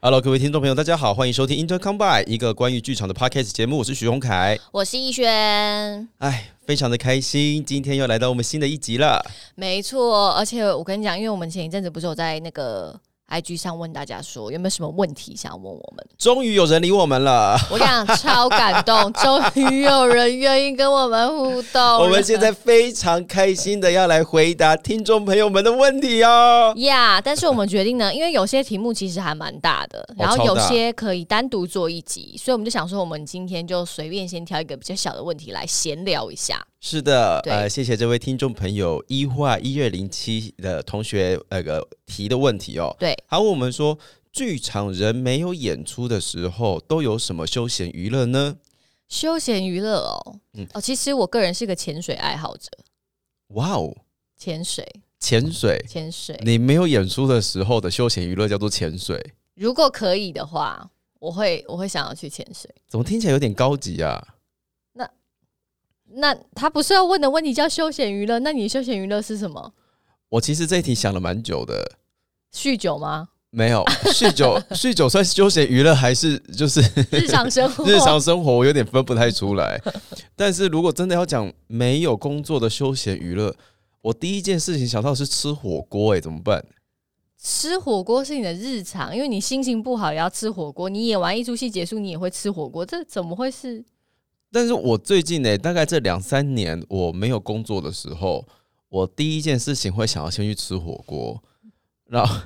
Hello，各位听众朋友，大家好，欢迎收听 Intercom by 一个关于剧场的 Podcast 节目，我是徐宏凯。我是逸轩，哎，非常的开心，今天又来到我们新的一集了。没错。而且我跟你讲，因为我们前一阵子不是有在那个 IG 上问大家说有没有什么问题想要问我们，终于有人理我们了，我跟你讲超感动，终于有人愿意跟我们互动 了。我们现在非常开心的要来回答听众朋友们的问题 哦。呀但是我们决定呢，因为有些题目其实还蛮大的，然后有些可以单独做一集，所以我们就想说，我们今天就随便先挑一个比较小的问题来闲聊一下。是的，对呃，谢谢这位听众朋友一化一月零七的同学那个、提的问题哦。对，他问我们说，剧场人没有演出的时候，都有什么休闲娱乐呢？休闲娱乐哦，嗯哦，其实我个人是个潜水爱好者，哇哦，潜水，潜水。潜水。你没有演出的时候的休闲娱乐叫做潜水，如果可以的话，我会我会想要去潜水。怎么听起来有点高级啊？那他不是要问的问题叫休闲娱乐？那你休闲娱乐是什么？我其实这一题想了蛮久的，酗 酒吗？没有酗酒，酗酒算是休闲娱乐还是就是 日常生活？日常生活？我有点分不太出来。但是如果真的要讲没有工作的休闲娱乐，我第一件事情想到是吃火锅，哎，怎么办？ 吃火锅是你的日常，因为你心情不好也要吃火锅。你演完一出戏结束，你也会吃火锅，这怎么会是？但是我最近呢、大概这两三年我没有工作的时候，我第一件事情会想要先去吃火锅。然后，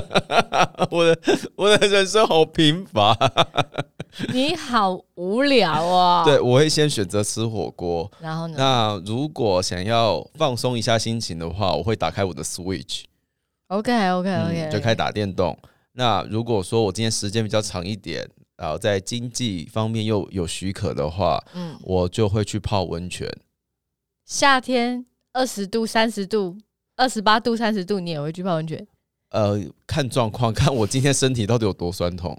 我的我的人生好贫乏，你好无聊 哦。嗯对，我会先选择吃火锅。然后呢那如果想要放松一下心情的话，我会打开我的 Switch， ？OK OK 哦 OK，、嗯就开始打电动。那如果说我今天时间比较长一点，然后在经济方面又有许可的话，嗯，我就会去泡温泉。夏天二十度、三十度、二十八度、三十度，你也会去泡温泉。呃，看状况， 看我今天身体到底有多酸痛。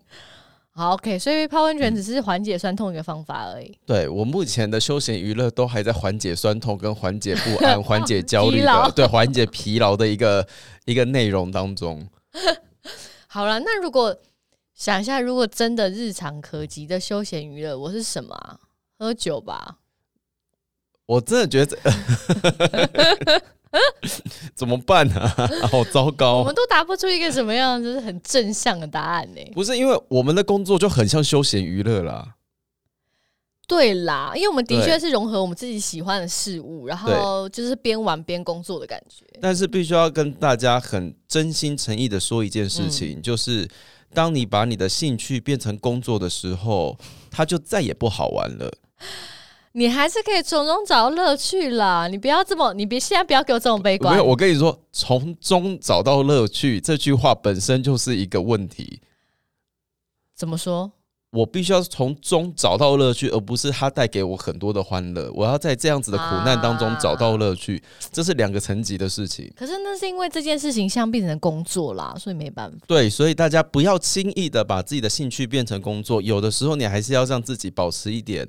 好，OK，所以泡温泉只是缓解酸痛一个方法而已。对我目前的休闲娱乐都还在缓解酸痛、跟缓解不 安、缓解焦虑疲劳的，对，缓解疲劳的一个一个内容当中。好了，那如果想一下，如果真的日常可及的休闲娱乐，我是什么、啊？喝酒吧。我真的觉得这 怎么办啊？ 好糟我糕们！都答不出一个什么样，就是很正向的答案呢、不是因为我们的工作就很像休闲娱乐啦，对啦，因为我们的确对是融合我们自己喜欢的事物，然后就是边玩边工作的感觉。但是必须要跟大家很真心诚意的说一件事情，就是当你把你的兴趣变成工作的时候，它就再也不好玩了。你还是可以从中找到乐趣啦。你不要这么，你别现在不要给我这种悲没观有，。我跟你说，从中找到乐趣这句话本身就是一个问题。怎么说？我必须要从中找到乐趣，而不是它带给我很多的欢乐。我要在这样子的苦难当中找到乐趣，这是两个层级的事情。可是那是因为这件事情像变成工作啦，所以没办法。对，所以大家不要轻易的把自己的兴趣变成工作，有的时候你还是要让自己保持一点，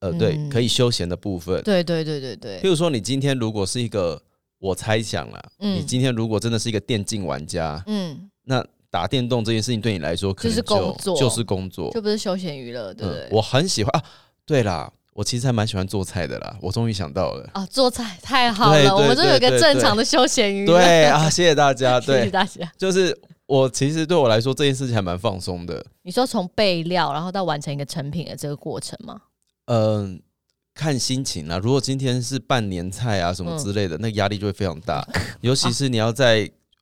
呃，对，嗯可以休闲的部分。对对对对对譬，如说，你今天如果是一个，我猜想啦，嗯你今天如果真的是一个电竞玩家，嗯，那打电动这件事情对你来说可能就是工作就是工作。嗯就不是休闲娱乐，对不对？我很喜欢啊。对啦，我其实还蛮喜欢做菜的啦。我终于想 到了，啊，做菜太好了，对对我们都有一对个对正常的休闲娱乐。对啊，谢谢大家。 谢谢对，大家。就是我其实对我来说这件事情还蛮放松的。你说从备料，然后到完成一个成品的这个过程吗？嗯、看心情啦。如果今天是办年菜啊嗯什么之类的，那压力就会非常 啊大，尤其是你要在，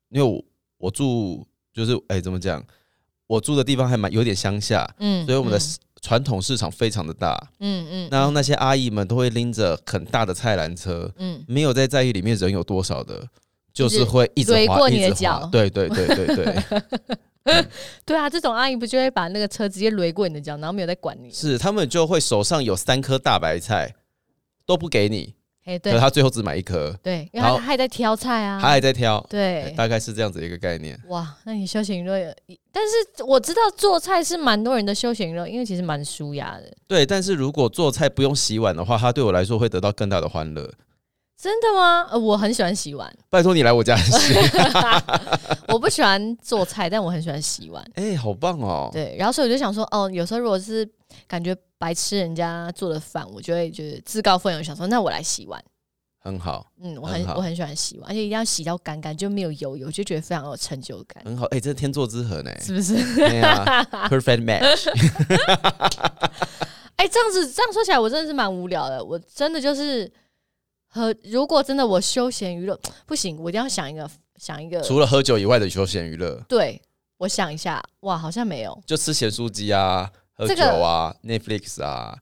因为我我住就是哎、怎么讲，我住的地方还蛮有点乡下，嗯所以我们的传统市场非常的大。嗯嗯然后那些阿姨们都会拎着很大的菜篮车，嗯没有在在意里面人有多少的，就是是会一直追滑过一你的直滑脚对对对对对， 嗯，对啊，这种阿姨不就会把那个车直接擂过你的脚，然后没有在管你？是他们就会手上有三颗大白菜，都不给你，哎，可是对他最后只买一颗，对，因为然后她还在挑菜啊，他还在挑，对。大概是这样子一个概念。哇，那你休闲娱乐也，但是我知道做菜是蛮多人的休闲娱乐，因为其实蛮舒压的。对，但是如果做菜不用洗碗的话，它对我来说会得到更大的欢乐。真的吗？呃我很喜欢 洗碗， 拜托你来我家洗。我不喜欢做菜，但我很喜欢洗碗。哎、好棒哦！对，然后所以我就想说，哦，有时候如果是感觉白吃人家做的饭，我就会就是自告奋勇想说，那我来洗碗。很好，嗯，我很很好我很喜欢洗碗，而且一定要洗到干干，就没有油油，就觉得非常有成就感，很好，哎、这天作之合呢、 是不是？对啊，perfect match。哎、这样子这样说起来，我真的是蛮无聊的。我真的就是和如果真的我休闲娱乐不行，我一定要想一个想一个。除了喝酒以外的休闲娱乐，对，我想一下，哇，好像没有。就吃咸酥鸡啊，喝这酒个啊、n e t f l i x 啊，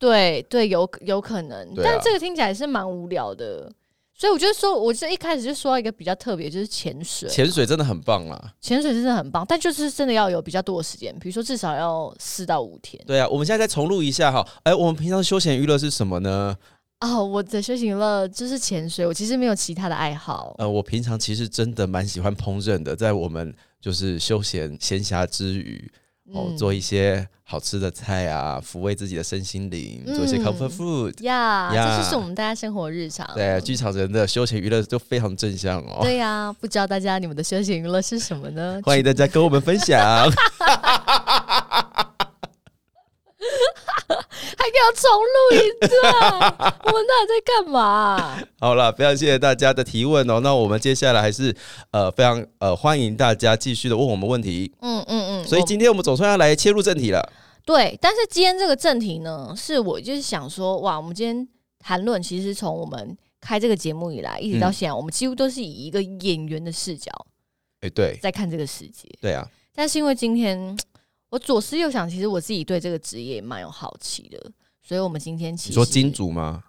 对对，有有可能，对啊但这个听起来是蛮无聊的。所以我就说，我这一开始就说到一个比较特别，就是潜水。潜水真的很棒啊啦。潜水真的很棒，但就是真的要有比较多的时间，比如说至少要四到五天。对啊，我们现在再重录一下哈。哎、我们平常休闲娱乐是什么呢？哦，我的休闲乐就是潜水，我其实没有其他的爱好。呃，我平常其实真的蛮喜欢烹饪的，在我们就是休闲闲暇之余，嗯哦，做一些好吃的菜啊，抚慰自己的身心灵，做一些嗯 comfort food。呀呀这就是我们大家生活日常。对，啊剧场人的休闲娱乐就非常正向哦。对呀、不知道大家你们的休闲娱乐是什么呢？欢迎大家跟我们分 享。还给我重录一段，我们到底在干嘛、 啊好了，非常谢谢大家的提问哦。那我们接下来还是呃非常呃欢迎大家继续的问我们问题。嗯嗯嗯，嗯所以我今天我们总算要来切入正题了。对，但是今天这个正题呢，是我就是想说，哇，我们今天谈论其实从我们开这个节目以来，一直到嗯现在，我们几乎都是以一个演员的视角哎、对在看这个世界。对啊，但是因为今天我左思右想，其实我自己对这个职业蛮有好奇的，所以我们今天其你实说金主吗？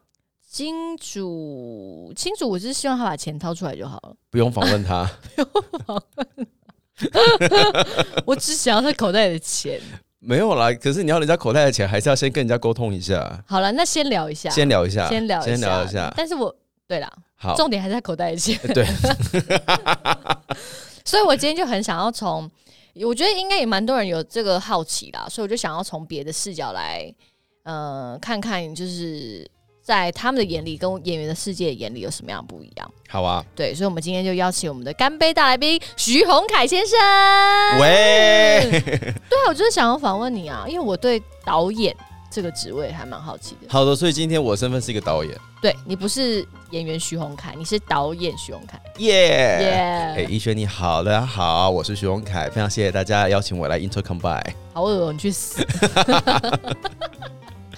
金主金主，我就是希望他把钱掏出来就好了，不用访问他， 我只想要他口袋里的钱。没有啦。可是你要人家口袋的钱，还是要先跟人家沟通一下，好了，那先聊一下，先聊一下，啊先聊先聊一下。但是我对啦，好，重点还是在口袋里的钱，对，所以我今天就很想要从，我觉得应该也蛮多人有这个好奇啦，所以我就想要从别的视角来，呃，看看就是在他们的眼里跟演员的世界眼里有什么样不一样。好啊。对，所以我们今天就邀请我们的干杯大来宾徐宏凯先生。 喂，对啊，我就是想要访问你啊，因为我对导演这个职位还蛮好奇的。好的。所以今天我身份是一个导演，对你不是演员徐宏凯，你是导演徐宏凯。耶。耶、哎，一轩你好，大家好，我是徐荣凯，非常谢谢大家邀请我来 Intercom by。好恶哦，你去死！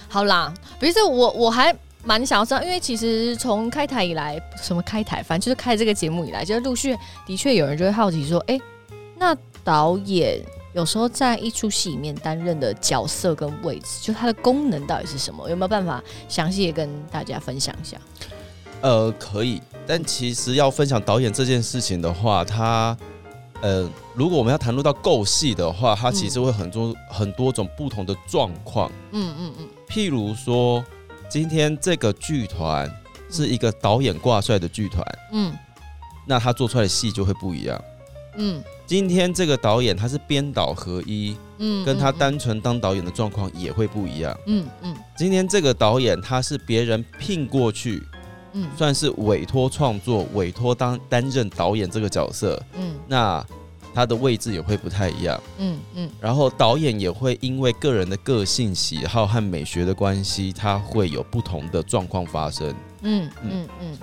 好啦，不是我我还蛮想要知道，因为其实从开台以来，什么开台，反正就是开这个节目以来，就是陆续的确有人就会好奇说，哎、那导演有时候在一出戏里面担任的角色跟位置，就它的功能到底是什么？有没有办法详细的跟大家分享一下？呃，可以，但其实要分享导演这件事情的话，他，呃，如果我们要谈论到构戏的话，它其实会很多、很多种不同的状况。嗯嗯嗯，譬如说，今天这个剧团是一个导演挂帅的剧团，嗯那他做出来的戏就会不一样。嗯今天这个导演他是编导合一，嗯，跟他单纯当导演的状况也会不一样。嗯嗯今天这个导演他是别人聘过去，嗯算是委托创作、委托当担任导演这个角色，嗯那他的位置也会不太一样。嗯嗯然后导演也会因为个人的个性喜好和美学的关系，他会有不同的状况发生。嗯嗯嗯，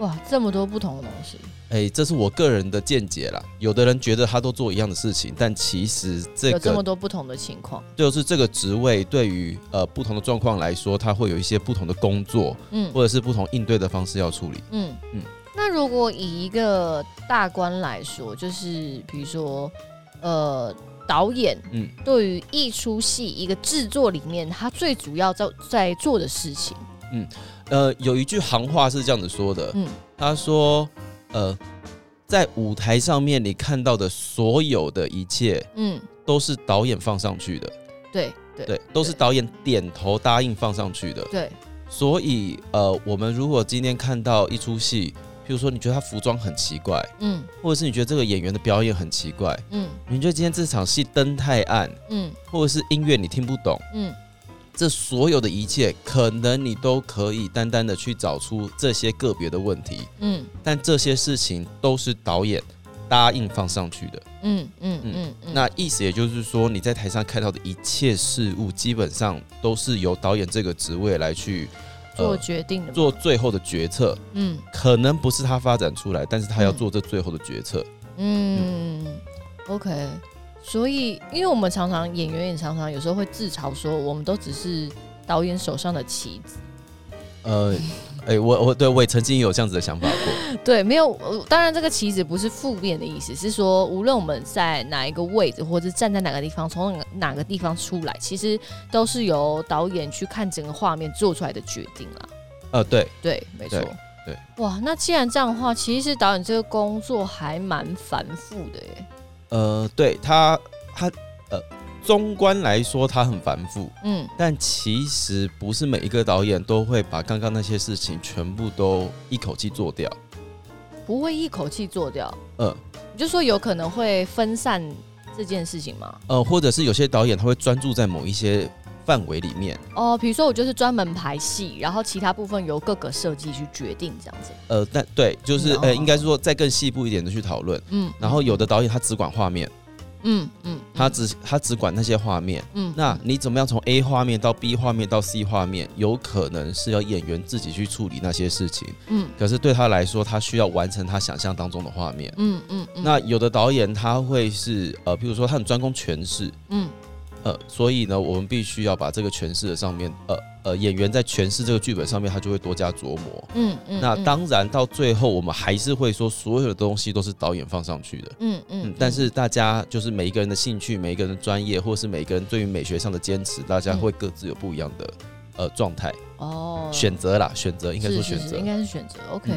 哇，这么多不同的东西。哎，这是我个人的见解啦。有的人觉得他都做一样的事情，但其实这有这么个多不同的情况。就是这个职位对于呃不同的状况来说，他会有一些不同的工作，嗯或者是不同应对的方式要处理。嗯嗯嗯。那如果以一个大官来说，就是比如说，呃，导演嗯，对于一出戏一个制作里面，他最主要在在做的事情，呃，有一句行话是这样子说的，嗯他说，呃，在舞台上面你看到的所有的一切，嗯，都是导演放上去的，对对对，都是导演点头答应放上去的。对，所以，呃，我们如果今天看到一出戏，譬如说你觉得他服装很奇怪，嗯或者是你觉得这个演员的表演很奇怪，嗯你觉得今天这场戏灯太暗，嗯或者是音乐你听不懂，嗯这所有的一切，可能你都可以单单的去找出这些个别的问题，嗯但这些事情都是导演答应放上去的。嗯嗯嗯嗯，那意思也就是说，你在台上看到的一切事物，基本上都是由导演这个职位来去做决定的嘛，呃做最后的决策。嗯可能不是他发展出来，但是他要嗯做这最后的决策。嗯，OK。所以，因为我们常常演员也常常有时候会自嘲说，我们都只是导演手上的棋 子。呃，哎、我我对我也曾经有这样子的想法过。对，没有，呃当然这个棋子不是负面的意思，是说无论我们在哪一个位置，或者是站在哪个地方，从哪个哪个地方出来，其实都是由导演去看整个画面做出来的决定啦。呃，对，对，没错对。对，哇，那既然这样的话，其实导演这个工作还蛮繁复的耶。呃，对他他呃，纵观来说他很繁复，嗯但其实不是每一个导演都会把刚刚那些事情全部都一口气做掉。不会一口气做掉，呃你就说有可能会分散这件事情吗？呃，或者是有些导演他会专注在某一些范围里面。哦，比如说我就是专门排戏，然后其他部分由各个设计去决定这样子。呃，但对，就是哦呃，应该是说再更细部一点的去讨论。嗯，然后有的导演他只管画面，嗯嗯，他只他只管那些画面。嗯那你怎么样从 A 画面到 B 画面到 C 画面，有可能是要演员自己去处理那些事情。嗯可是对他来说，他需要完成他想象当中的画面。嗯嗯嗯，那有的导演他会是呃，譬如说他很专攻诠释，嗯呃，所以呢，我们必须要把这个诠释的上面，呃呃，演员在诠释这个剧本上面，他就会多加琢磨。嗯嗯，那嗯当然，到最后我们还是会说，所有的东西都是导演放上去的。嗯嗯嗯，，但是大家就是每一个人的兴趣、每一个人的专业，或是每个人对于美学上的坚持，大家嗯会各自有不一样的呃状态哦，选择啦，选择应该说是选是是，择嗯应。该是选择。OK，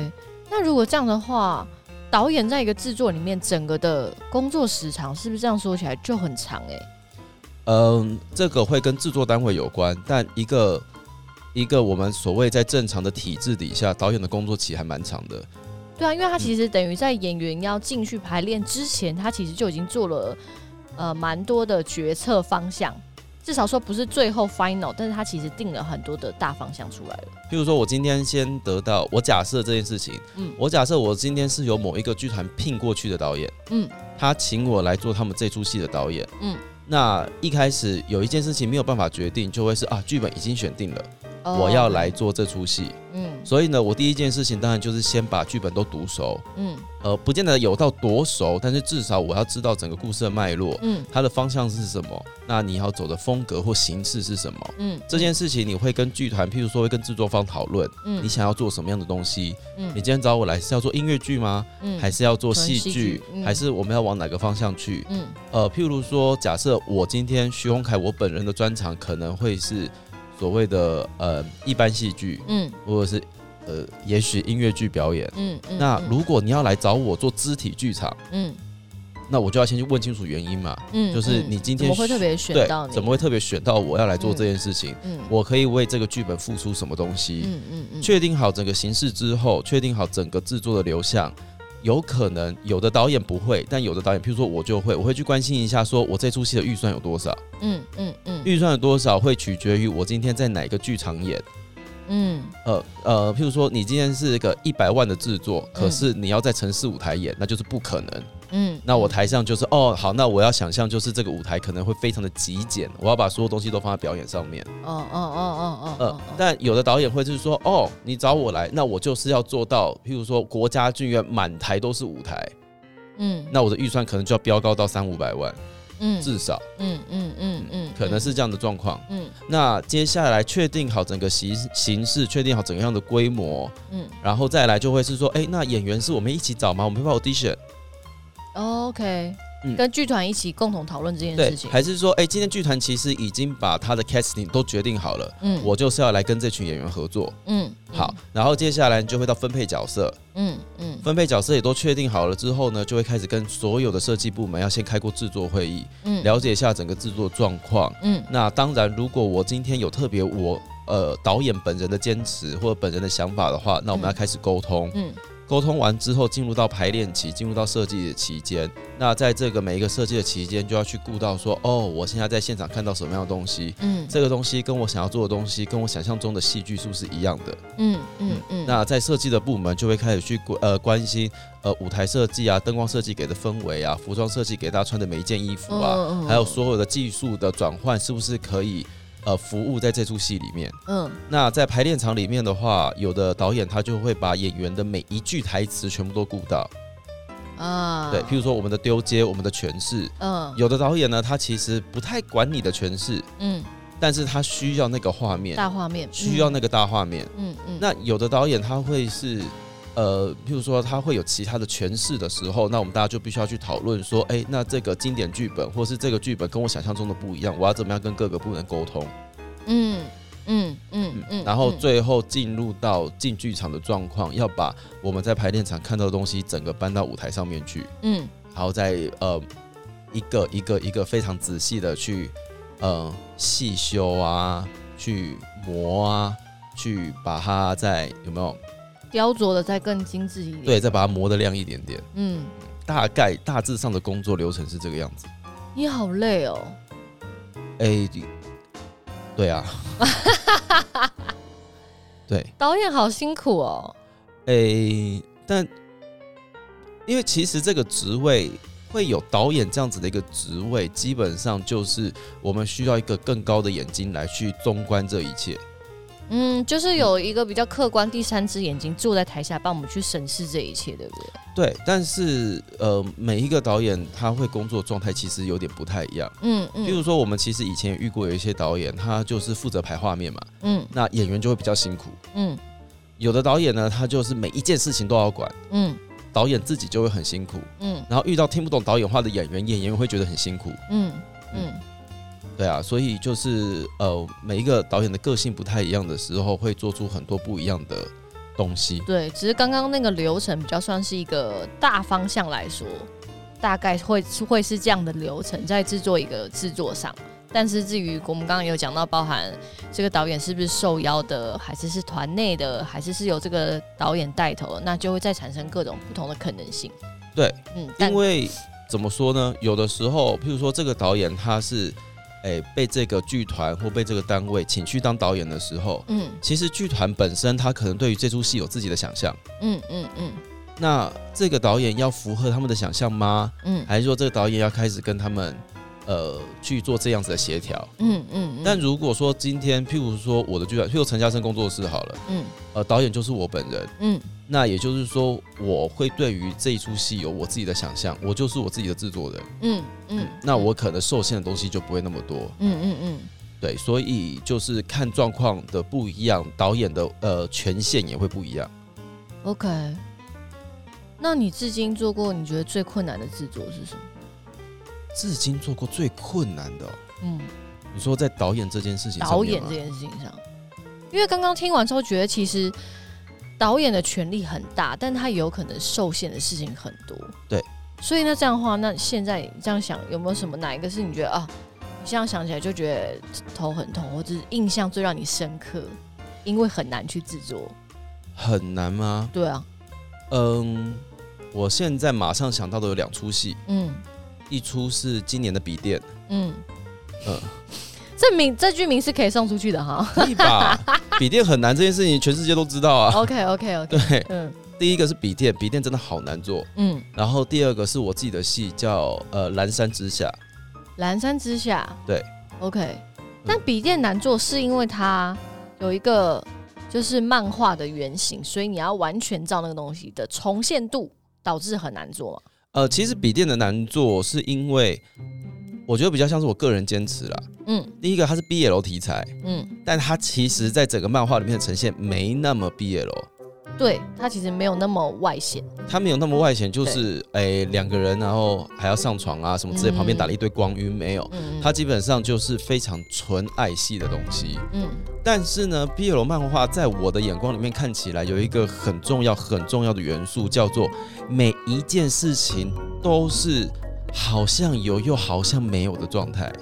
那如果这样的话，导演在一个制作里面整个的工作时长是不是这样说起来就很长？哎，嗯，这个会跟制作单位有关，但一个一个我们所谓在正常的体制底下，导演的工作期还蛮长的。对啊，因为他其实等于在演员要进去排练之前，他其实就已经做了呃蛮多的决策方向。至少说不是最后 final，但是他其实定了很多的大方向出来了。譬如说，我今天先得到，我假设这件事情，嗯我假设我今天是由某一个剧团聘过去的导演，嗯，他请我来做他们这出戏的导演，嗯，那一开始有一件事情没有办法决定，就会是啊，剧本已经选定了，哦我要来，做这出戏，嗯所以呢，我第一件事情当然就是先把剧本都读熟，嗯呃，不见得有到多熟，但是至少我要知道整个故事的脉络，嗯它的方向是什么，那你要走的风格或形式是什么，嗯，这件事情你会跟剧团，譬如说会跟制作方讨论。嗯你想要做什么样的东西？嗯你今天找我来是要做音乐剧吗？嗯还是要做纯戏戏剧剧？嗯还是我们要往哪个方向去？嗯呃，譬如说，假设我今天徐宏凯我本人的专长可能会是所谓的呃一般戏剧，嗯或者是呃也许音乐剧表演。嗯嗯，那嗯如果你要来找我做肢体剧场，嗯那我就要先去问清楚原因嘛。嗯，就是嗯你今怎天么会特别选对到你？怎么会特别选到我要来做这件事情？嗯我可以为这个剧本付出什么东西？嗯嗯嗯，确定好整个形式之后，确定好整个制作的流向，有可能有的导演不会，但有的导演，譬如说我就会，我会去关心一下，说我这出戏的预算有多少，嗯嗯嗯预算有多少会取决于我今天在哪个剧场演。嗯呃呃，譬如说你今天是一个一百万的制作，可是你要在城市舞台演，那就是不可能。嗯，那我台上就是哦，好，那我要想象就是这个舞台可能会非常的极简，我要把所有东西都放在表演上面。哦哦哦哦呃哦，，但有的导演会是说，哦，你找我来，那我就是要做到，譬如说国家剧院满台都是舞台，嗯那我的预算可能就要飙高到三五百万，嗯至少嗯嗯嗯嗯，可能是这样的状况。嗯那接下来确定好整个形形式，确定好整个样的规模，嗯然后再来就会是说，哎、那演员是我们一起找吗？我们要 audition， ，OK，跟剧团一起共同讨论这件嗯对事，情，还是说，哎、今天剧团其实已经把他的 casting 都决定好了，嗯我就是要来跟这群演员合作。嗯好，然后接下来你就会到分配角色，嗯嗯分配角色也都确定好了之后呢，就会开始跟所有的设计部门要先开过制作会议，嗯了解一下整个制作状况。嗯那当然，如果我今天有特别我呃导演本人的坚持或者本人的想法的话，那我们要开始沟通。嗯沟通完之后，进入到排练期，进入到设计的期间。那在这个每一个设计的期间，就要去顾到说，哦，我现在在现场看到什么样的东西，嗯这个东西跟我想要做的东西，跟我想象中的戏剧是不是一样的？嗯嗯嗯，那在设计的部门就会开始去关呃关心呃舞台设计啊、灯光设计给的氛围啊、服装设计给大家穿的每一件衣服啊，嗯嗯还有所有的技术的转换是不是可以呃服务在这出戏里面？嗯那在排练场里面的话，有的导演他就会把演员的每一句台词全部都顾到，啊，对，譬如说我们的丢接、我们的诠释，嗯有的导演呢他其实不太管你的诠释，嗯但是他需要那个画面，大画面需要那个大画面。嗯嗯那有的导演他会是，呃，譬如说他会有其他的诠释的时候，那我们大家就必须要去讨论说，哎、那这个经典剧本或是这个剧本跟我想象中的不一样，我要怎么样跟各个部门沟通？嗯嗯嗯嗯，然后嗯最后进入到进剧场的状况，要把我们在排练场看到的东西整个搬到舞台上面去，嗯然后再呃一个一个一个非常仔细的去呃细修啊，去磨啊，去把它再有没有雕琢的再更精致一点，对，再把它磨得亮一点点。嗯，大概大致上的工作流程是这个样子。你好累哦，哎、对啊，对。导演好辛苦哦，诶、但因为其实这个职位会有导演这样子的一个职位，基本上就是我们需要一个更高的眼睛来去纵观这一切。嗯，就是有一个比较客观第三只眼睛坐在台下帮我们去审视这一切，对不对？对，但是呃，每一个导演他会工作状态其实有点不太一样。嗯比如嗯说，我们其实以前也遇过有一些导演，他就是负责排画面嘛，嗯那演员就会比较辛苦。嗯有的导演呢，他就是每一件事情都要管，嗯导演自己就会很辛苦。嗯然后遇到听不懂导演话的演员，演员会觉得很辛苦。嗯嗯对啊，所以就是呃，每一个导演的个性不太一样的时候，会做出很多不一样的东西。对，只是刚刚那个流程比较算是一个大方向来说，大概会会是这样的流程在制作一个制作上。但是至于我们刚刚有讲到，包含这个导演是不是受邀的，还是是团内的，还是是由这个导演带头的，那就会再产生各种不同的可能性。对，嗯，但因为怎么说呢？有的时候，譬如说这个导演他是诶、被这个剧团或被这个单位请去当导演的时候，嗯其实剧团本身他可能对于这出戏有自己的想象。嗯嗯嗯那这个导演要符合他们的想象吗？嗯还是说这个导演要开始跟他们呃去做这样子的协调？嗯嗯，但如果说今天，譬如说我的剧团，譬如陈嘉生工作室好了，嗯呃，导演就是我本人，嗯那也就是说，我会对于这一出戏有我自己的想象，我就是我自己的制作人，嗯嗯，那我可能受限的东西就不会那么多，嗯嗯嗯对，所以就是看状况的不一样，导演的呃权限也会不一样。 OK。那你至今做过你觉得最困难的制作是什么？至今做过最困难的哦、嗯，你说在导演这件事情上导面演吗这件事情上，因为刚刚听完之后觉得其实导演的权力很大，但他也有可能受限的事情很多。对，所以那这样的话，那现在你这样想，有没有什么哪一个是你觉得啊，你这样想起来就觉得头很痛，或者是印象最让你深刻，因为很难去制作。很难吗？对啊，嗯，我现在马上想到的有两出戏，嗯一出是今年的笔电，嗯，嗯，这名这句名是可以送出去的哈。可以吧？ 笔电很难这件事情，全世界都知道啊。 OK OK OK，对，嗯第一个是笔电，笔电真的好难做。嗯，然后第二个是我自己的戏叫呃《蓝山之下》，蓝山之下，对嗯，OK。但笔电难做是因为它有一个就是漫画的原型，所以你要完全照那个东西的重现度，导致很难做嘛。呃，其实笔电的难做是因为我觉得比较像是我个人坚持啦。嗯第一个它是 BL 题材，嗯，但它其实在整个漫画里面的呈现没那么 BL，对，它其实没有那么外显。它没有那么外显，就是哎两个人然后还要上床啊什么之类，嗯旁边打了一堆光晕没有。嗯它基本上就是非常纯爱系的东西，嗯但是呢，BL 漫画在我的眼光里面看起来有一个很重要、很重要的元素，叫做每一件事情都是好像有又好像没有的状态。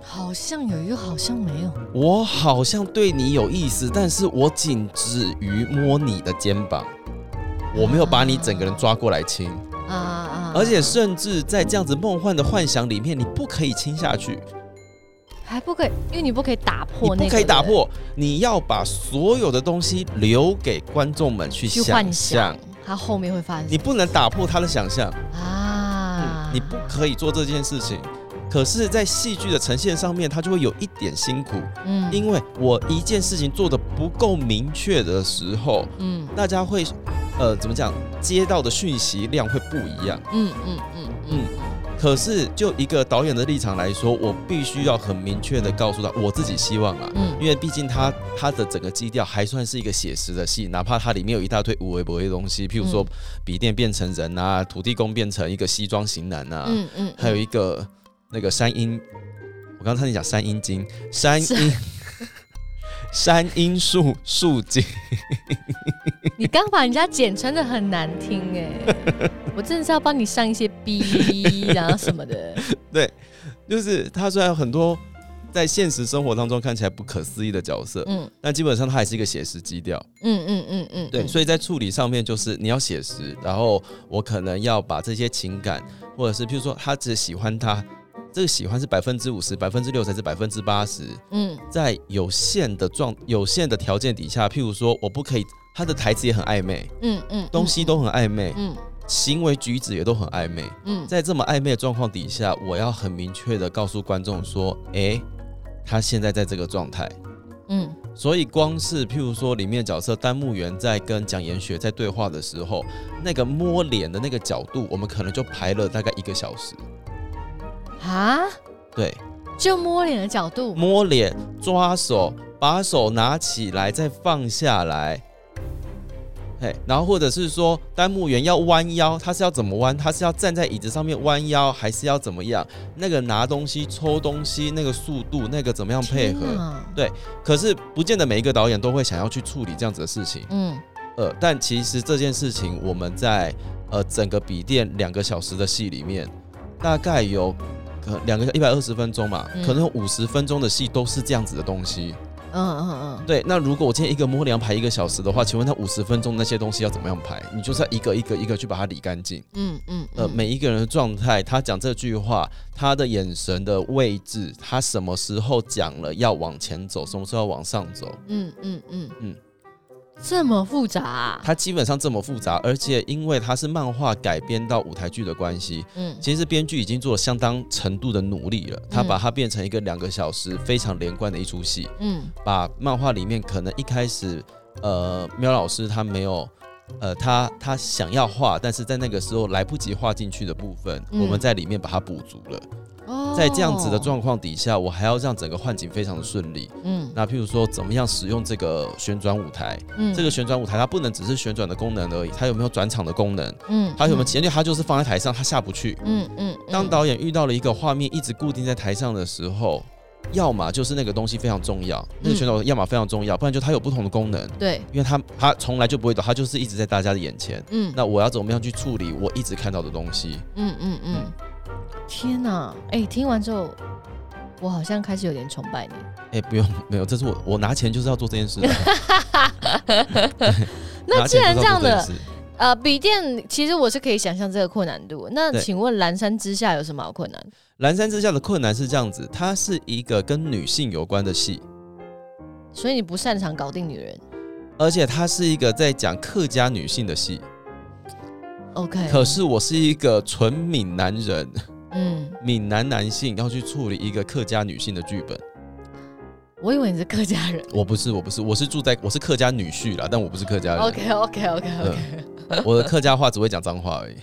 好像有，又好像没有。我好像对你有意思，但是我仅止于摸你的肩膀，我没有把你整个人抓过来亲，啊啊！而且甚至在这样子梦幻的幻想里面，你不可以亲下去，还不可以，因为你不可以打你破那个，不可以打对破，你要把所有的东西留给观众们去不对去想幻象想，它后面会发生你不能打破他的想象。啊嗯，你不可以做这件事情。可是，在戏剧的呈现上面，它就会有一点辛苦，嗯因为我一件事情做的不够明确的时候，嗯大家会，呃，怎么讲，接到的讯息量会不一样。嗯嗯嗯嗯可是，就一个导演的立场来说，我必须要很明确的告诉他，我自己希望啊，嗯因为毕竟它它的整个基调还算是一个写实的戏，哪怕它里面有一大堆无为不为的东西，譬如说嗯笔电变成人啊，土地公变成一个西装型男啊，嗯嗯，还有一个那个山阴，我刚才你讲山阴经，山阴 山阴树树精， 你刚把人家简称的很难听 哎，我真的是要帮你上一些逼然后什 么的，就是他虽然有很多在现实生活当中看起来不可思议的角色，嗯但基本上它还是一个写实基调。嗯嗯嗯嗯，对，所以在处理上面就是你要写实，然后我可能要把这些情感，或者是譬如说他只喜欢他，这个喜欢是百分之五十、百分之六才是百分之八十，嗯在有限的状、有限的条件底下，譬如说我不可以，他的台词也很暧昧，嗯嗯，东西都很暧昧，嗯行为举止也都很暧昧。嗯在这么暧昧的状况底下，我要很明确的告诉观众说，诶，他现在在这个状态。嗯所以，光是譬如说，里面角色丹木原在跟蒋延学在对话的时候，那个摸脸的那个角度，我们可能就排了大概一个小时。啊，对，就摸脸的角度，摸脸、抓手、把手拿起来再放下来，嘿，然后或者是说，丹木原要弯腰，他是要怎么弯？他是要站在椅子上面弯腰，还是要怎么样？那个拿东西、抽东西，那个速度，那个怎么样嗯配合？天哪可是，不见得每一个导演都会想要去处理这样子的事情。嗯呃，但其实这件事情我们在呃整个笔电两个小时的戏里面，大概有可两个一百二十分钟嘛，嗯可能有五十分钟的戏都是这样子的东西。嗯嗯嗯，对，那如果我今天一个摸梁排一个小时的话，请问他五十分钟那些东西要怎么样排？你就是要一个一个一个去把它理干净。嗯嗯呃，每一个人的状态，他讲这句话，他的眼神的位置，他什么时候讲了要往前走，什么时候要往上走，嗯嗯嗯嗯嗯，这么复杂啊、它基本上这么复杂，而且因为它是漫画改编到舞台剧的关系，嗯其实编剧已经做了相当程度的努力了，他把它变成一个两个小时非常连贯的一出戏，嗯把漫画里面可能一开始，呃，喵老师他没有。呃，他他想要画，但是在那个时候来不及画进去的部分，嗯我们在里面把它补足了。哦在这样子的，状况底下，我还要让整个幻景非常的顺利。嗯那譬如说，怎么样使用这个旋转舞台？嗯这个旋转舞台它不能只是旋转的功能而已，它有没有转场的功能？嗯它有没有？因为它就是放在台上，它下不去。嗯嗯嗯当导演遇到了一个画面一直固定在台上的时候，要么就是那个东西非常重要，那个旋转舞台要么非常重要，不然就它有不同的功能，对，因为它它从来就不会动，它就是一直在大家的眼前。嗯那我要怎么样去处理我一直看到的东西？嗯嗯嗯，天哪！哎、听完之后，我好像开始有点崇拜你。哎、不用，没有，这是我我拿钱就是要做这件事 的。那拿既钱然就是要这做样件的，事，呃，笔电其实我是可以想象这个困难度。那对请问蓝山之下有什么好困难？蓝山之下的困难是这样子，它是一个跟女性有关的戏，所以你不擅长搞定女人而且它是一个在讲客家女性的戏。 ？OK，可是我是一个纯闽南人，嗯，闽南男性要去处理一个客家女性的剧本，我以为你是客家人。我不是，我不是，我是住在我是客家女婿啦，但我不是客家人 OK OK OK OK，、我的客家话只会讲脏话而已。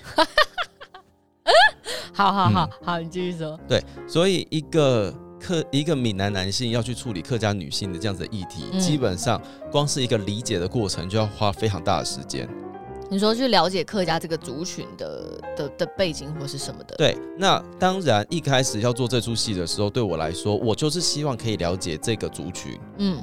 好好好、好，你继续说。所以一个客一个闽南男性要去处理客家女性的这样子的议题，嗯基本上光是一个理解的过程就要花非常大的时间。你说去了解客家这个族群的的的背景或是什么的？，对，那当然一开始要做这出戏的时候，对我来说，我就是希望可以了解这个族群，嗯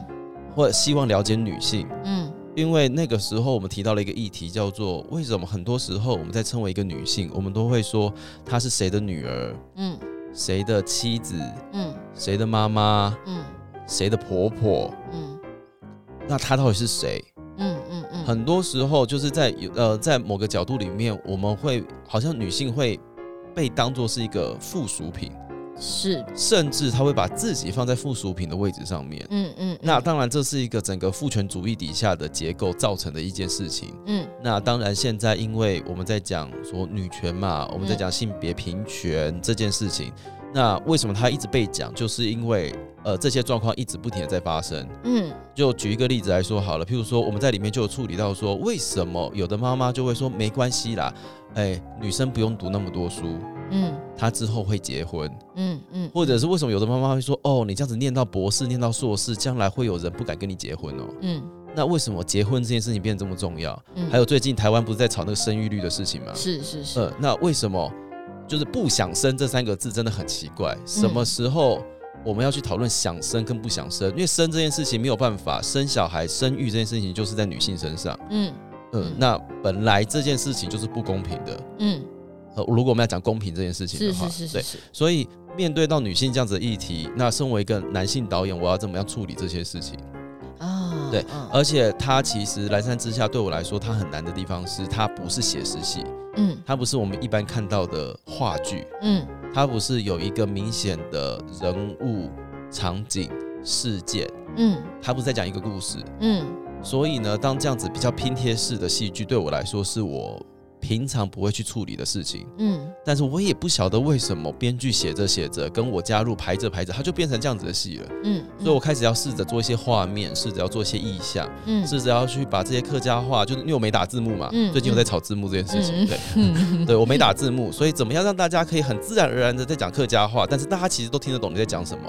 或者希望了解女性。嗯因为那个时候我们提到了一个议题，叫做为什么很多时候我们在称为一个女性，我们都会说她是谁的女儿、嗯谁的妻子、嗯谁的妈妈，嗯谁的婆婆，嗯那她到底是谁？嗯嗯嗯，很多时候就是在呃，在某个角度里面，我们会好像女性会被当做是一个附属品，是，甚至她会把自己放在附属品的位置上面。嗯嗯，那当然，这是一个整个父权主义底下的结构造成的一件事情。嗯那当然，现在因为我们在讲说女权嘛，我们在讲性别平权这件事情，那为什么它一直被讲，就是因为呃这些状况一直不停的在发生。嗯就举一个例子来说好了，譬如说我们在里面就有处理到说，为什么有的妈妈就会说没关系啦，哎，女生不用读那么多书，嗯她之后会结婚，嗯嗯，或者是为什么有的妈妈会说，哦，你这样子念到博士，念到硕士，将来会有人不敢跟你结婚哦。嗯那为什么结婚这件事情变得这么重要？嗯，还有最近台湾不是在吵那个生育率的事情吗？是是是，呃，那为什么就是不想生这三个字真的很奇怪？嗯什么时候我们要去讨论想生跟不想生？因为生这件事情没有办法，生小孩、生育这件事情就是在女性身上。嗯嗯，嗯那本来这件事情就是不公平的。嗯，呃，如果我们要讲公平这件事情是的话，是是对是，是，所以面对到女性这样子的议题，那身为一个男性导演，我要怎么样处理这些事情？啊，对呃嗯而且他其实《蓝山之下》对我来说，他很难的地方是，他不是写实戏，嗯它不是我们一般看到的话剧，嗯它不是有一个明显的人物、场景、事件，嗯它不是在讲一个故事。嗯所以呢，当这样子比较拼贴式的戏剧，对我来说是我平常不会去处理的事情。嗯但是我也不晓得为什么编剧写着写着，跟我加入排着排着，它就变成这样子的戏了。嗯，所以我开始要试着做一些画面，试着要做一些意象，嗯 试着要去把这些客家话，就是因为我没打字幕嘛，嗯最近我在炒字幕这件事情，嗯对，对我没打字幕， 所以怎么样让大家可以很自然而然的在讲客家话，但是大家其实都听得懂你在讲什么，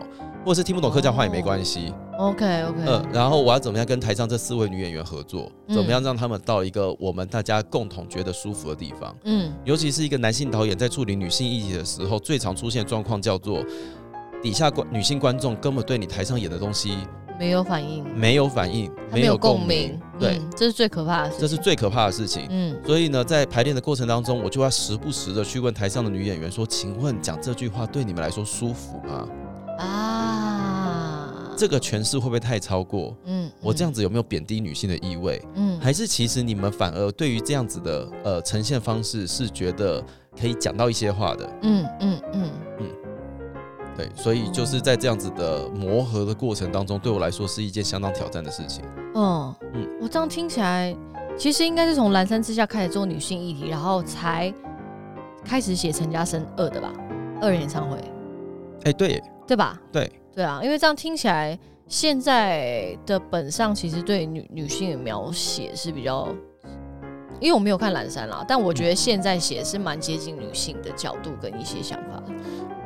或者是听不懂客家话也没关系。 OK OK，嗯、然后我要怎么样跟台上这四位女演员合作，嗯怎么样让他们到一个我们大家共同觉得舒服的地方。嗯尤其是一个男性导演在处理女性议题的时候，最常出现的状况叫做底下观女性观众根本对你台上演的东西没有反应，没有反应，他没有共鸣，对，嗯，这是最可怕的事情，这是最可怕的事情。嗯所以呢，在排练的过程当中，我就要时不时的去问台上的女演员说：“请问讲这句话对你们来说舒服吗？啊，这个诠释会不会太超过？嗯，我这样子，子有没有贬低女性的意味？嗯，还是其实你们反而对于这样子的呃呈现方式是觉得可以讲到一些话的？嗯嗯嗯对，所以就是在这样子的磨合的过程当中，对我来说是一件相当挑战的事情。哦，嗯我这样听起来，其实应该是从《蓝山之下》开始做女性议题，然后才开始写陈嘉生二的吧，二人演唱会，哎，对对吧？对，对啊，因为这样听起来，现在的本上其实对女女性的描写是比较，因为我没有看《蓝山》啦，但我觉得现在写是蛮接近女性的角度跟一些想法的。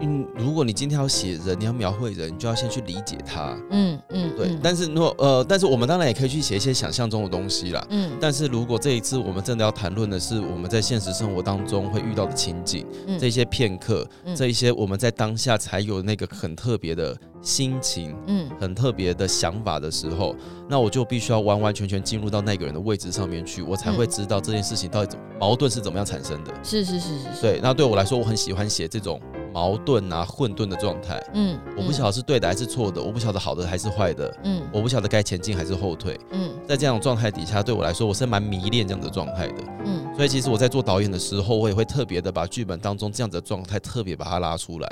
嗯，如果你今天要写人，你要描绘人，你就要先去理解他。嗯嗯，对，嗯但是如果呃，但是我们当然也可以去写一些想象中的东西啦。嗯但是如果这一次我们真的要谈论的是我们在现实生活当中会遇到的情景，嗯这一些片刻，嗯这一些我们在当下才有那个很特别的心情、嗯很特别的想法的时候，那我就必须要完完全全进入到那个人的位置上面去，我才会知道这件事情到底怎么矛盾是怎么样产生的。是是是是是，对，那对我来说，我很喜欢写这种矛盾啊、混沌的状态。嗯，我不晓得是对的还是错的，我不晓得好的还是坏的，嗯，我不晓得该前进还是后退。嗯在这样的状态底下，对我来说，我是蛮迷恋这样的状态的。嗯嗯所以其实我在做导演的时候，我也会特别的把剧本当中这样子的状态特别把它拉出来。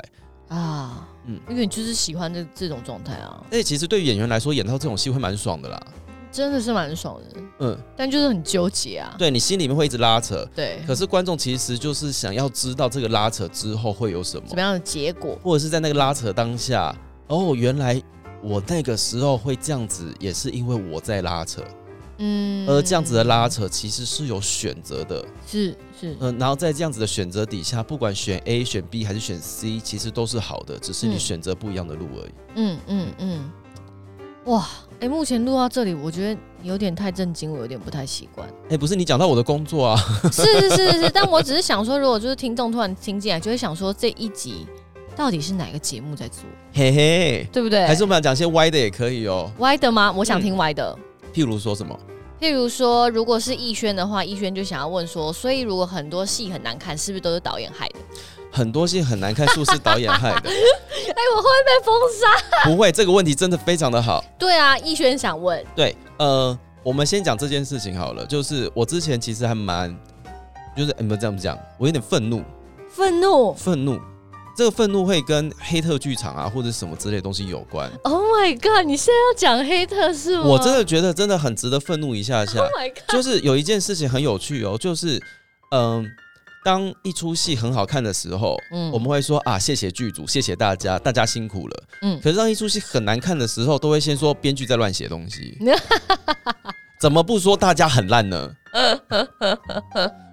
啊，嗯嗯，因为你就是喜欢这这种状态啊，而且其实对于演员来说，演到这种戏会蛮爽的啦。真的是蛮爽的，嗯，但就是很纠结啊。对你心里面会一直拉扯，对，可是观众其实就是想要知道这个拉扯之后会有什么什，么样的结果？或者是在那个拉扯当下，哦，原来我那个时候会这样子，也是因为我在拉扯。嗯，而呃这样子的拉扯其实是有选择的，是是，嗯、然后在这样子的选择底下，不管选 A、选 B 还是选 C，其实都是好的，只是嗯你选择不一样的路而已。嗯嗯嗯，哇，哎、目前录到这里，我觉得有点太震惊，我有点不太习 惯。哎、不是你讲到我的工作啊，是是是是是，但我只是想说，如果就是听众突然听进来，就会想说这一集到底是哪个节目在做，嘿嘿，对不对？还是我们要讲些歪的也可以哦，歪的吗？我想听歪的。譬如说什么？譬如说，如果是逸轩的话，逸轩就想要问说，所以如果很多戏很难看，是不是都是导演害的？很多戏很难看，是不是导演害的？ 哎、我会不会被封杀？不会，这个问题真的非常的好。对啊，逸轩想问，对，呃，我们先讲这件事情好了。就是我之前其实还蛮，就是你们这样讲，我有点愤怒，愤怒愤怒。这个愤怒会跟黑特剧场啊，或者什么之类的东西有关。 ，Oh my god！你现在要讲黑特是吗？我真的觉得真的很值得愤怒一 下下。 ，Oh my god！就是有一件事情很有趣哦，就是嗯、当一出戏很好看的时候，嗯我们会说啊，谢谢剧组，谢谢大家，大家辛苦了。嗯可是当一出戏很难看的时候，都会先说编剧在乱写东 西，怎么不说大家很烂呢？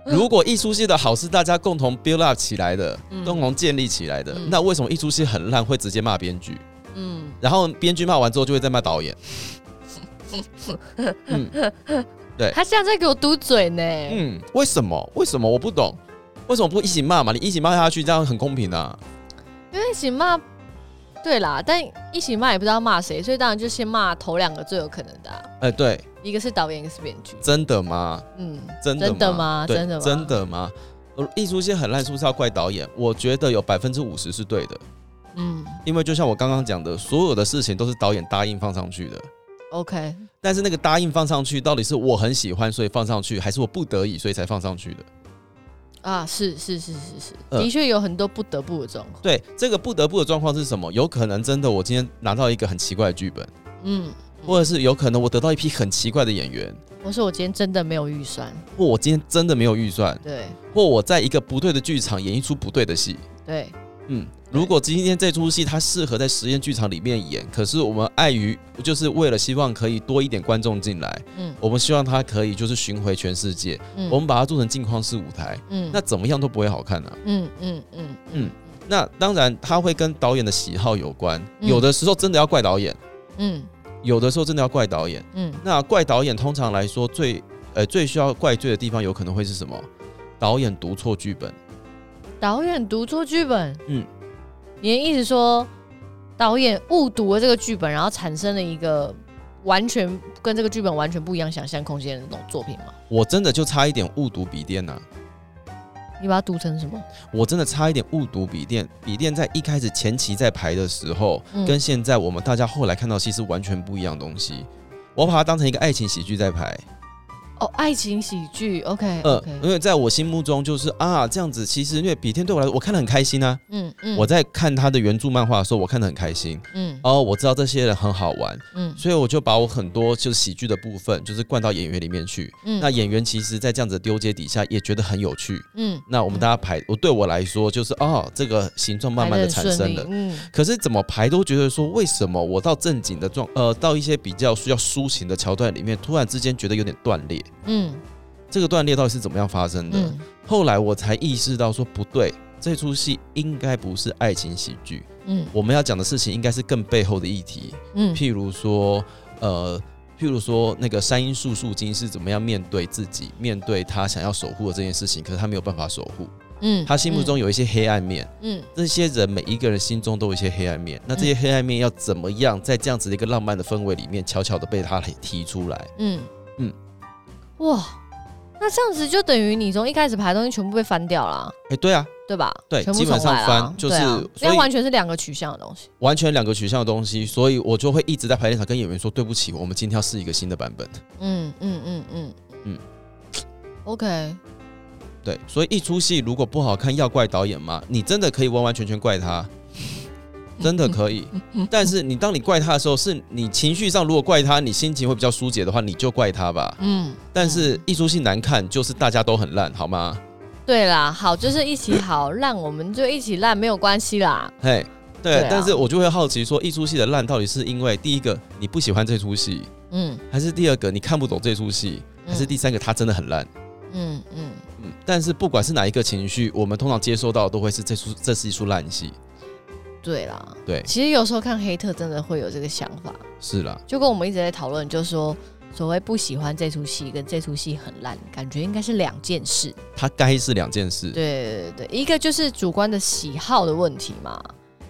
如果一出戏的好是大家共同 build up 起来的，共同建立起来的，嗯那为什么一出戏很烂会直接骂编剧？嗯，然后编剧骂完之后就会再骂导演？嗯他现在在给我嘟嘴呢。嗯，为什么？为什么我不懂？为什么不一起骂嘛？你一起骂下去，这样很公平啊。因为一起骂，对啦，但一起骂也不知道骂谁，所以当然就先骂头两个最有可能的啊、哎、对，一个是导演，一个是编剧。真的吗？嗯，真的真的吗对真的吗真的吗？呃艺术线很烂，是不是要怪导演？我觉得有百分之五十是对的，嗯因为就像我刚刚讲的，所有的事情都是导演答应放上去的。 ，OK，但是那个答应放上去，到底是我很喜欢所以放上去，还是我不得已所以才放上去的？啊，是是是是是，呃的确有很多不得不的状况。对，这个不得不的状况是什么？有可能真的我今天拿到一个很奇怪的剧本，嗯，或者是有可能我得到一批很奇怪的演员，我说我今天真的没有预算，或我今天真的没有预算，对或我在一个不对的剧场演一出不对的戏。对，嗯，对如果今天这出戏它适合在实验剧场里面演，可是我们碍于就是为了希望可以多一点观众进来，嗯我们希望它可以就是巡回全世界，嗯，我们把它做成镜框式舞台，嗯那怎么样都不会好看啊。嗯嗯嗯嗯，那当然它会跟导演的喜好有关，嗯有的时候真的要怪导演，嗯有的时候真的要怪导演。嗯那怪导演通常来说最呃最需要怪罪的地方，有可能会是什么？导演读错剧本。嗯，导演读错剧本，嗯，你的意思说导演误读了这个剧本，然后产生了一个完全跟这个剧本完全不一样想象空间的那种作品吗？我真的就差一点误读笔电呐、你把它读成什么？我真的差一点误读笔电。笔电在一开始前期在排的时候，嗯跟现在我们大家后来看到的戏是完全不一样的东西。我把它当成一个爱情喜剧在排，哦，爱情喜剧，OK 呃 OK，，因为在我心目中就是啊这样子，其实因为笔电对我来说我看得很开心啊。嗯嗯我在看他的原著漫画的时候，我看得很开心。嗯哦，我知道这些人很好玩，嗯所以我就把我很多就是喜剧的部分，就是灌到演员里面去。嗯那演员其实，在这样子的丢接底下，也觉得很有趣。嗯那我们大家排，我对我来说就是哦，这个形状慢慢的产生了。嗯可是怎么排都觉得说，为什么我到正经的状，呃，到一些比较需要抒情的桥段里面，突然之间觉得有点断裂。嗯这个断裂到底是怎么样发生的？嗯后来我才意识到说不对，这出戏应该不是爱情喜剧，嗯我们要讲的事情应该是更背后的议题。嗯譬如说，呃，譬如说那个山鹰树树精是怎么样面对自己，面对他想要守护的这件事情，可是他没有办法守护，嗯他心目中有一些黑暗面。嗯这些人每一个人心中都有一些黑暗面，那这些黑暗面要怎么样在这样子的一个浪漫的氛围里面，悄悄的被他提出来？嗯嗯嗯哇，那这样子就等于你从一开始排的东西全部被翻掉了，哎、对啊，对吧？对全部基本重上来啦翻就是对啊所因为以完全是两个取向的东西。完全两个取向的东西，所以我就会一直在排练场跟演员说：“对不起，我们今天要试一个新的版本。嗯嗯嗯嗯嗯嗯，OK，” 对，所以一出戏如果不好看，要怪导演吗？你真的可以完完全全怪 他，真的可以。但是你当你怪他的时候，是你情绪上如果怪他，你心情会比较疏解的话，你就怪他吧。嗯，但是一出戏难看，就是大家都很烂，好吗？对啦，好，就是一起好烂，我们就一起烂，没有关系啦。嘿，对，对啊但是我就会好奇说，一出戏的烂到底是因为第一个你不喜欢这出戏，嗯还是第二个你看不懂这出戏，还是第三个它真的很烂？嗯嗯，嗯，但是不管是哪一个情绪，我们通常接收到的都会是这出这是一出烂戏。对啦。对，其实有时候看黑特真的会有这个想法，是啦，就跟我们一直在讨论，就说所谓不喜欢这出戏跟这出戏很烂，感觉应该是两件事。它该是两件事。对对对，一个就是主观的喜好的问题嘛，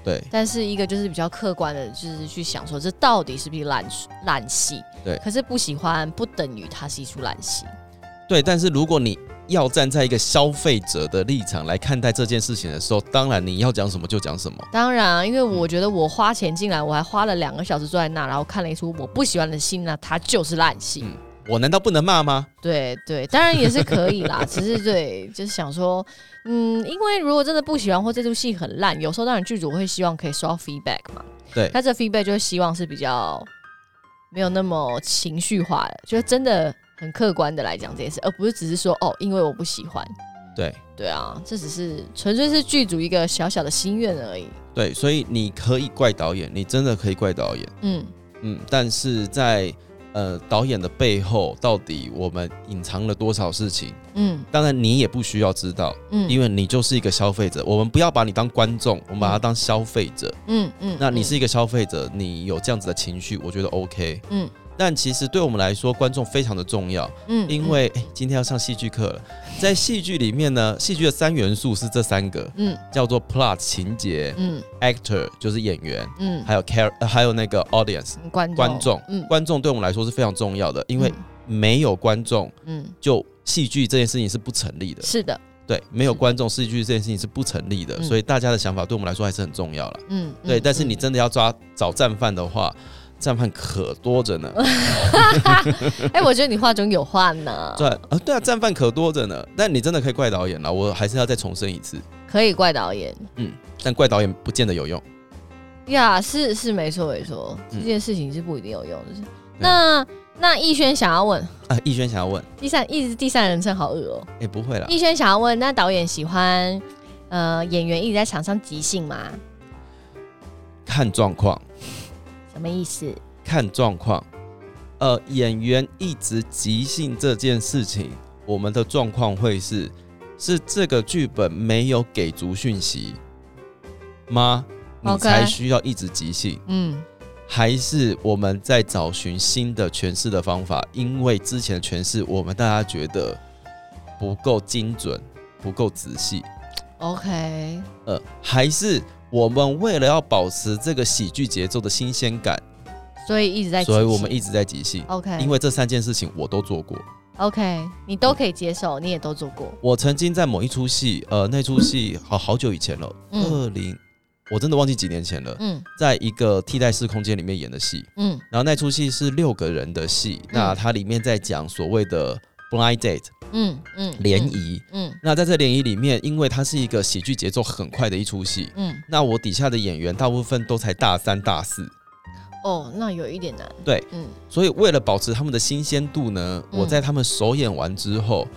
对但是一个就是比较客观的，就是去想说这到底是不是烂烂戏。对可是不喜欢不等于它是一出烂戏。对，但是如果你要站在一个消费者的立场来看待这件事情的时候，当然你要讲什么就讲什么。当然啊，因为嗯我觉得我花钱进来，我还花了两个小时坐在那，然后看了一出我不喜欢的戏，那它就是烂戏。嗯我难道不能骂吗？对对，当然也是可以啦，只是对，就是想说，嗯，因为如果真的不喜欢或这出戏很烂，有时候当然剧组会希望可以收到 feedback 嘛，对他这 feedback 就会希望是比较没有那么情绪化的，就是真的很客观的来讲这件事，而不是只是说哦，因为我不喜欢。对对啊，这只是纯粹是剧组一个小小的心愿而已。对，所以你可以怪导演，你真的可以怪导演，嗯，嗯，但是在呃导演的背后，到底我们隐藏了多少事情？嗯当然你也不需要知道，嗯，因为为你就是一个消费者。我们不要把你当观众，我们把它当消费者。嗯嗯，那你是一个消费者，你有这样子的情绪，我觉得 OK。嗯但其实对我们来说，观众非常的重要，嗯，嗯因为、诶今天要上戏剧课了。在戏剧里面呢，戏剧的三元素是这三个，嗯叫做 plot 情节嗯，actor 就是演员，嗯还有 care 呃还有那个 audience 嗯观观众。嗯，观众对我们来说是非常重要的，因为没有观众，嗯嗯就戏剧这件事情是不成立的。是的，对，没有是观众，戏剧这件事情是不成立的，嗯所以大家的想法对我们来说还是很重要了。嗯对，嗯但是你嗯真的要抓找战犯的话，战犯可多着 呢。哎、我觉得你话中有话呢，对啊，对啊，战犯可多着呢。但你真的可以怪导演了，我还是要再重申一次，可以怪导演但怪导演不见得有用。呀是是没错没错，这嗯件事情是不一定有用的。那那逸轩想要问啊，逸轩想要问，第三，一直第三人称好恶哦、哎、不会啦，逸轩想要问，那导演喜欢呃演员一直在场上即兴吗？看状况，什么意思？看状况。呃，演员一直即兴这件事情，我们的状况会是，是这个剧本没有给足讯息吗？你 OK 才需要一直即兴。嗯还是我们在找寻新的诠释的方法，因为之前的诠释我们大家觉得不够精准、不够仔细。 ，OK，呃，还是我们为了要保持这个喜剧节奏的新鲜感，所以一直在即兴，所以我们一直在即兴。 OK，因为这三件事情我都做过。 OK，你都可以接受，你也都做过，我曾经在某一出戏，呃，那出戏好好久以前了，嗯二零、我真的忘记几年前了，嗯在一个替代式空间里面演的戏。嗯然后那出戏是六个人的戏，那它里面在讲所谓的 blind date 嗯嗯，联谊。嗯，嗯那在这联谊里面，因为它是一个喜剧节奏很快的一出戏，嗯，那我底下的演员大部分都才大三、大四，哦，那有一点难，对，嗯所以为了保持他们的新鲜度呢，嗯我在他们首演完之后，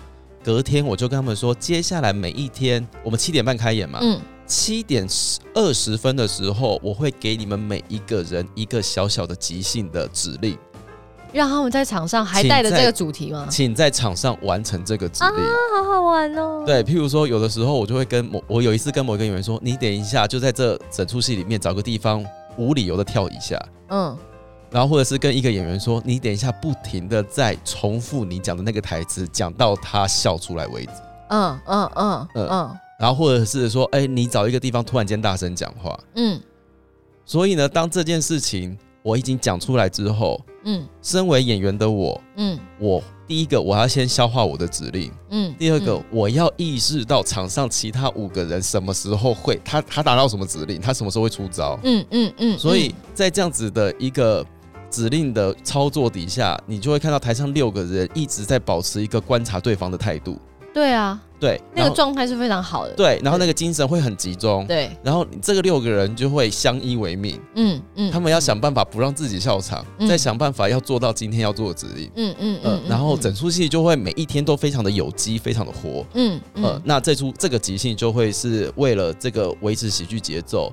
隔天我就跟他们说，接下来每一天，我们七点半开演嘛，嗯七点十二十分的时候，我会给你们每一个人一个小小的即兴的指令，让他们在场上还请带着在这个主题吗？请在场上完成这个指令。啊好好玩哦。对，譬如说，有的时候我就会跟某，我有一次跟某一个演员说，你等一下，就在这整出戏里面找个地方无理由的跳一下，嗯，然后或者是跟一个演员说，你等一下不停的在重复你讲的那个台词，讲到他笑出来为止。嗯嗯嗯嗯嗯然后或者是说，哎、你找一个地方突然间大声讲话。嗯所以呢，当这件事情我已经讲出来之后，嗯身为演员的我，嗯我第一个我要先消化我的指令，嗯。第二个，我要意识到场上其他五个人什么时候会，他他打到什么指令，他什么时候会出招。嗯，嗯嗯嗯，所以在这样子的一个指令的操作底下，你就会看到台上六个人一直在保持一个观察对方的态度，对啊，对，那然个后状态是非常好的。对，然后那个精神会很集中，对，然后这个六个人就会相依为命，嗯嗯，他们要想办法不让自己笑场，嗯再想办法要做到今天要做的指令，嗯，嗯嗯嗯，嗯，然后整出戏就会每一天都非常的有机，非常的活，嗯嗯呃嗯，那这出这个即兴就会是为了这个维持喜剧节奏，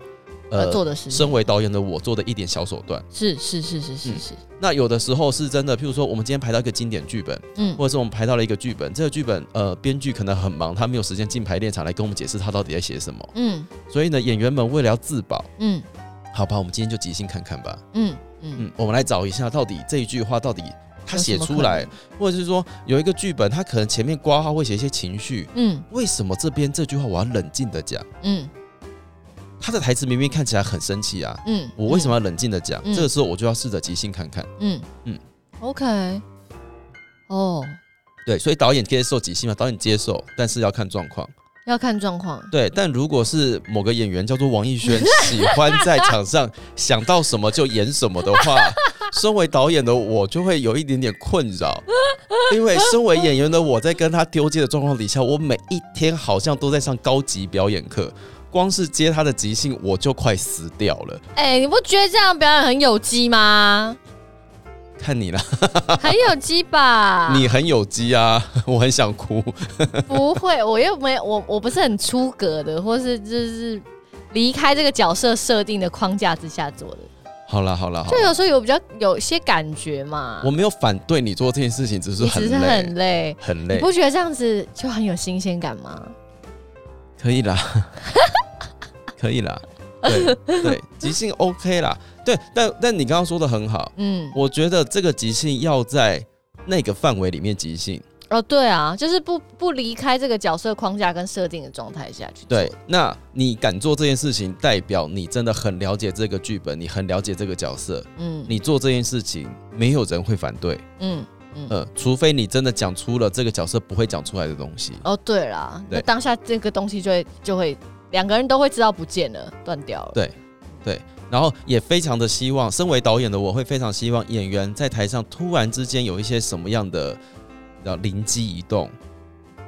呃做的事身为嗯导演的我做的一点小手段。是是是是是是，那有的时候是真的，譬如说我们今天排到一个经典剧本，嗯或者是我们排到了一个剧本，这个剧本呃编剧可能很忙，他没有时间进排练场来跟我们解释他到底在写什么，嗯所以呢，演员们为了要自保，嗯好吧，我们今天就即兴看看吧。嗯嗯，嗯，我们来找一下到底这一句话到底他写出来有什么，或者是说有一个剧本，他可能前面挂号会写一些情绪，嗯为什么这边这句话我要冷静的讲？嗯他的台词明明看起来很生气啊，嗯，我为什么要冷静的讲？嗯这个嗯时候我就要试着即兴看看。嗯嗯嗯，OK，哦，对，所以导演接受即兴嘛，导演接受，但是要看状况。要看状况。对，但如果是某个演员叫做王艺轩，喜欢在场上想到什么就演什么的话，身为导演的我就会有一点点困扰，因为身为演员的我在跟他丢接的状况底下，我每一天好像都在上高级表演课，光是接他的即兴我就快死掉了。哎、你不觉得这样表演很有机吗？看你啦，很有机吧？ 你很有机啊， 我很想哭。不会，我又没我我不是很出格的，或是就是离开这个角色设定的框架之下做的，好啦好啦好就啦，有时候有比较有些感觉嘛。我没有反对你做这件事情，只是你只很是累，很累，很你累，不觉得这样子就很有新鲜感吗？可以啦， 可以啦，对对，即兴 OK 啦，对，但但你刚刚说的很好，嗯，我觉得这个即兴要在那个范围里面即兴，哦，对啊，就是不不离开这个角色框架跟设定的状态下去做。对，那你敢做这件事情，代表你真的很了解这个剧本，你很了解这个角色，嗯，你做这件事情没有人会反对，嗯嗯，呃，除非你真的讲出了这个角色不会讲出来的东西，哦，对啦，那对当下这个东西就会就会两个人都会知道不见了，断掉了。对然后也非常的希望，身为导演的我会非常希望演员在台上突然之间有一些什么样的，叫灵机一动，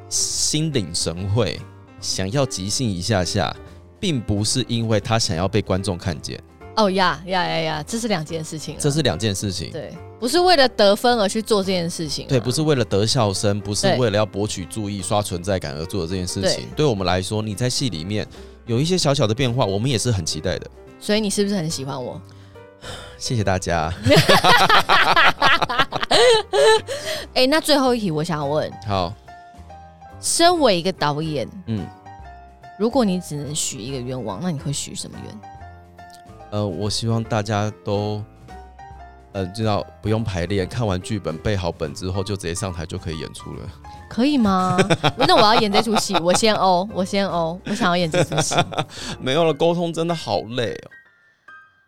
心领神会，想要即兴一下下，并不是因为他想要被观众看见，哦呀呀呀呀，这是两件事情啊。这是两件事情。对，不是为了得分而去做这件事情啊、对，不是为了得笑声，不是对为了要博取注意、刷存在感而做的这件事情。对我们来说，你在戏里面有一些小小的变化，我们也是很期待的。所以你是不是很喜欢我？谢谢大家。哎、那最后一题我想问，好，身为一个导演，嗯，如果你只能许一个愿望，那你会许什么愿？呃，我希望大家都，呃，知道不用排练，看完剧本背好本之后就直接上台就可以演出了。可以吗？ 那我要演这出戏，我先欧， 我先欧，我想要演这出 戏。没有了，沟通真的好累哦。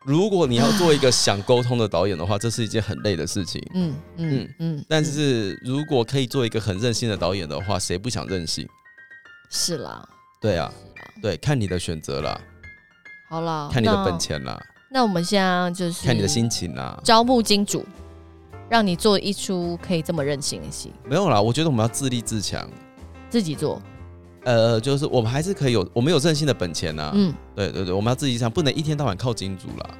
如果你要做一个想沟通的导演的话，这是一件很累的事情。嗯嗯嗯嗯，但是如果可以做一个很任性的导演的话，谁不想任性？是啦，对啊，是啦，对，看你的选择啦，好啦，看你的本那。钱啦，那我们现在就是看你的心情啦。招募金主，让你做一出可以这么任性的戏，没有啦，我觉得我们要自立自强。自己做。呃，就是我们还是可以有，我们有任性的本钱呐、嗯，对对对，我们要自立自强，不能一天到晚靠金主啦。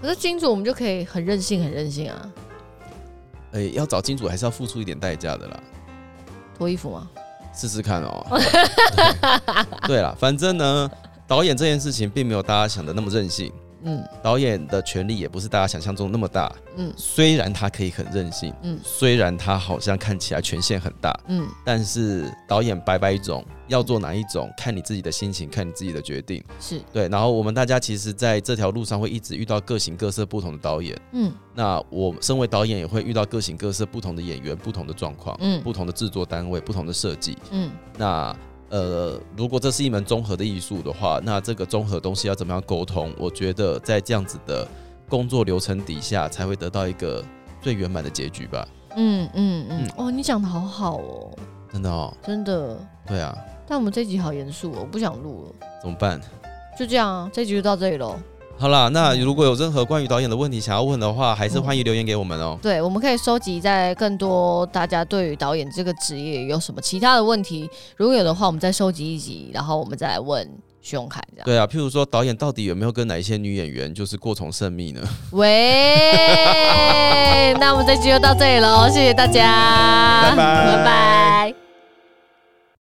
可是金主我们就可以很任性，很任性啊，哎、要找金主还是要付出一点代价的啦，脱衣服吗？试试看哦。对对啦，反正呢，导演这件事情并没有大家想的那么任性，嗯导演的权力也不是大家想象中那么大。嗯虽然他可以很任性，嗯虽然他好像看起来权限很大，嗯，但是导演百百种，要做哪一种，看你自己的心情，看你自己的决定。是，对，然后我们大家其实在这条路上会一直遇到各形各色不同的导演。嗯那我身为导演也会遇到各形各色不同的演员、不同的状况、嗯不同的制作单位、不同的设计。嗯那呃，如果这是一门综合的艺术的话，那这个综合东西要怎么样沟通？我觉得在这样子的工作流程底下，才会得到一个最圆满的结局吧。嗯嗯嗯嗯，哦，你讲的好好哦，真的哦，真的。对啊，但我们这集好严肃哦，我不想录了，怎么办？就这样啊，这集就到这里喽。好啦，那如果有任何关于导演的问题想要问的话，还是欢迎留言给我们哦。对，我们可以收集在更多大家对于导演这个职业有什么其他的问题，如果有的话，我们再收集一集，然后我们再来问徐永凯这样。对啊，譬如说导演到底有没有跟哪一些女演员就是过从甚密呢？喂，那我们这集就到这里喽，谢谢大家，拜拜拜拜。